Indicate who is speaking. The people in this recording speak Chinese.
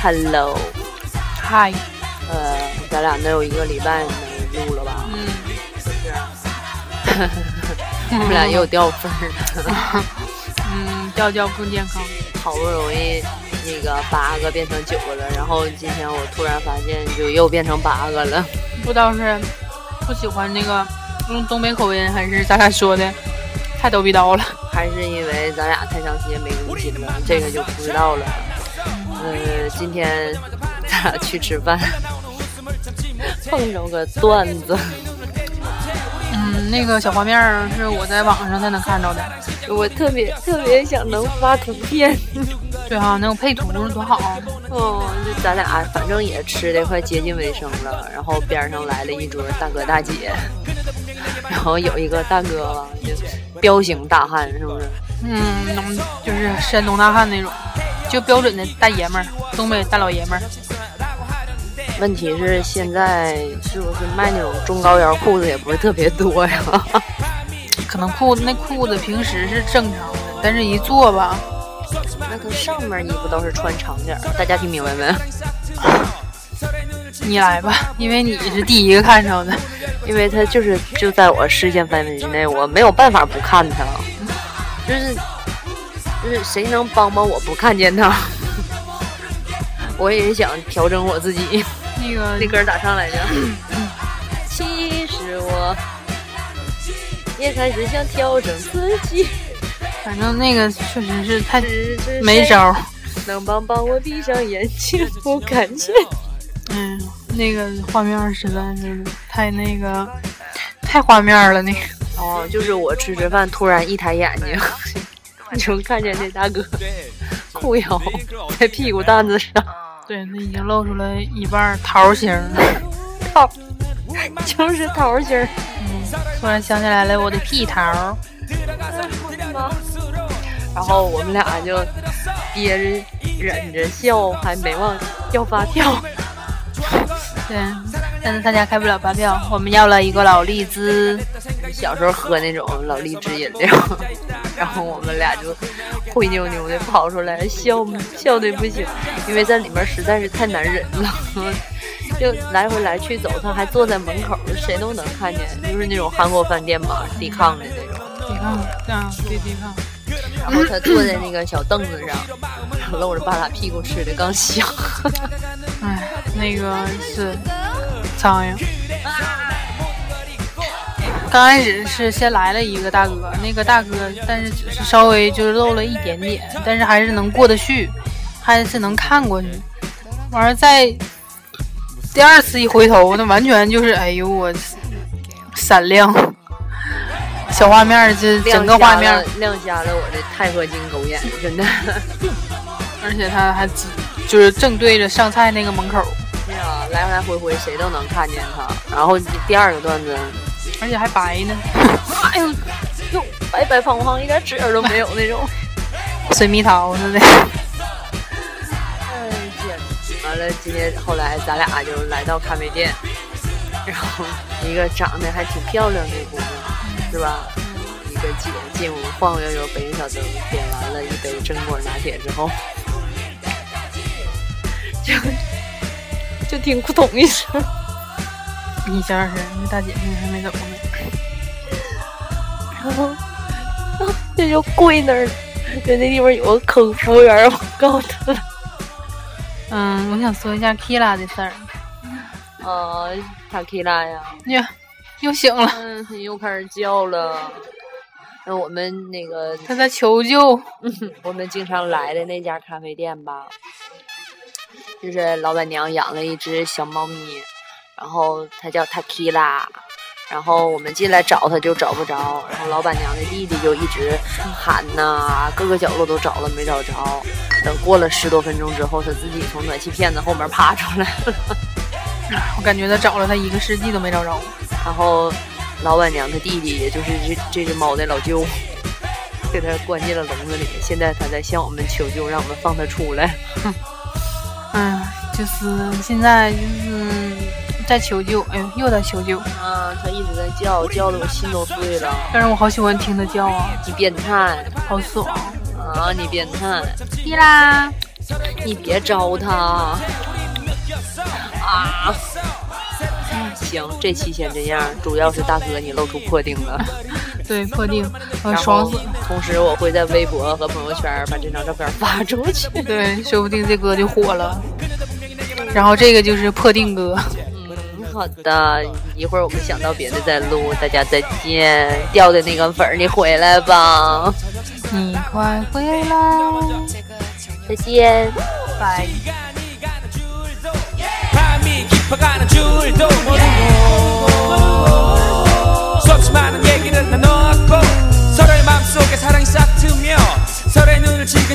Speaker 1: Hello，
Speaker 2: 嗨，
Speaker 1: 呃，咱俩能有一个礼拜没录了吧？
Speaker 2: 嗯，
Speaker 1: 我们俩又掉分儿了，
Speaker 2: 嗯，调教更健康。
Speaker 1: 好不容易那个八个变成九个了，然后今天我突然发现就又变成八个了。
Speaker 2: 不知道是不喜欢那个用东北口音，还是咱俩说的太逗逼刀了。
Speaker 1: 还是因为咱俩太长时间没更新了，这个就不知道了。呃，今天咱俩去吃饭，碰着个段子，
Speaker 2: 嗯，那个小画面儿是我在网上才能看到的。
Speaker 1: 我特别特别想能发图片。
Speaker 2: 对哈、能有配图多好啊！
Speaker 1: 哦，就咱俩反正也吃的快接近尾声了，然后边上来了一桌大哥大姐， 然后有一个大哥吧，就彪形大汉，是不是？
Speaker 2: 嗯，能就是山东大汉那种，就标准的大爷们儿，东北大老爷们儿。
Speaker 1: 问题是现在是不是卖那种中高腰裤子也不是特别多呀？
Speaker 2: 可能裤那裤子平时是正常的，但是一坐吧，
Speaker 1: 那个上面衣服倒是穿长点儿，大家听明白没？
Speaker 2: 你来吧，因为你是第一个看着的。
Speaker 1: 因为他就是就在我视线范围之内，我没有办法不看他，就是就是谁能帮帮我不看见他？ 我也想调整我自己。
Speaker 2: 那个
Speaker 1: 那歌儿咋唱来着？其实我也开始想调整自己，
Speaker 2: 反正那个确实是太
Speaker 1: 只是
Speaker 2: 没
Speaker 1: 谁
Speaker 2: 招儿。
Speaker 1: 能帮帮我闭上眼睛，我感谢。
Speaker 2: 嗯，那个画面儿实在是太那个，太画面儿了。那个，
Speaker 1: 哦，就是我吃吃饭，突然一抬眼 睛，就看见那大哥裤腰在屁股蛋子上，
Speaker 2: 对，那已经露出了一半儿桃形儿了。
Speaker 1: 套，就是桃心儿。
Speaker 2: 嗯，突然想起来了，我的屁桃儿。
Speaker 1: 然后我们俩就憋着忍着笑，还没忘要发票。
Speaker 2: 对，但是大家开不了发票，我们要了一个老荔枝。
Speaker 1: 小时候喝那种老荔枝饮料， 然后我们俩就灰溜溜的跑出来，笑笑的不行，因为在里面实在是太难忍了， 就来回来去走，他还坐在门口，谁都能看见，就是那种韩国饭店嘛，抵抗的那种。
Speaker 2: 抵抗，啊，对，抵抗。
Speaker 1: 然后他坐在那个小凳子上， 露着半拉屁股吃的刚 香。
Speaker 2: 哎，那个是苍蝇。刚开始是先来了一个大哥，那个大哥，但是只是稍微就是露了一点点，但是还是能过得去，还是能看过去。完了再第二次一回头，那完全就是哎呦我闪亮，小画面儿这整个画面儿，
Speaker 1: 亮瞎了我的钛合金狗眼，真的。
Speaker 2: 而且他还只就是正对着上菜那个门口，
Speaker 1: 对啊，来来回回谁都能看见他。然后第二个段子。
Speaker 2: 而且还白呢，
Speaker 1: 哎呦，又白白胖胖，一点褶儿都没有那种。
Speaker 2: 水蜜桃似的。
Speaker 1: 哎姐，完了，今天后来咱俩就来到咖啡店，然后一个长得还挺漂亮的姑娘，是吧？一个姐进屋晃悠悠，背着小灯，点完了一杯榛果拿铁之后，就就听“扑通”一声，
Speaker 2: 一下二十，那大姐那还没走呢。
Speaker 1: 然后啊这就跪那儿了。就那地方有个坑，服务员告诉他了。
Speaker 2: 嗯，我想说一下 Kila 的事儿。
Speaker 1: 呃，塔 K 拉呀，
Speaker 2: 哎呀，又醒了，
Speaker 1: 嗯，又开始叫了。那我们那个，
Speaker 2: 她在求救。
Speaker 1: 我们经常来的那家咖啡店吧，就是老板娘养了一只小猫咪，然后它叫 Takila，然后我们进来找它就找不着，然后老板娘的弟弟就一直喊呐，各个角落都找了没找着，等过了十多分钟之后，它自己从暖气片子后面爬出来了。
Speaker 2: 我感觉她找了她一个世纪都没找着。
Speaker 1: 然后老板娘的弟弟，也就是这这只猫的老舅， 给它关进了笼子里。现在它在向我们求救，让我们放它出来。
Speaker 2: 嗯，就是现在就是在求救。哎呦，又在求救。
Speaker 1: 啊，它一直在叫，叫的我心都碎了。
Speaker 2: 但是我好喜欢听她叫啊，
Speaker 1: 你变态
Speaker 2: 好爽。
Speaker 1: 啊！你变态！
Speaker 2: Kila，
Speaker 1: 你别招他啊！行，这期先这样，主要是大哥你露出破腚了，
Speaker 2: 对，破腚，呃，
Speaker 1: 然
Speaker 2: 爽
Speaker 1: 后
Speaker 2: 死了。
Speaker 1: 同时我会在微博和朋友圈把这张照片发出去。
Speaker 2: 对，说不定这歌就火了。然后这个就是破腚歌，
Speaker 1: 嗯，好的，一会儿我们想到别的再录，大家再见。掉的那个粉儿，你回来吧，
Speaker 2: 你嗯快回来，
Speaker 1: 再见。
Speaker 2: 拜。
Speaker 3: 밤이 깊어가는 줄도 모르고 수없이 많은 얘기를 나눴고 서로의 마음속에 사랑이 싹트며 서로의 눈을 즐겨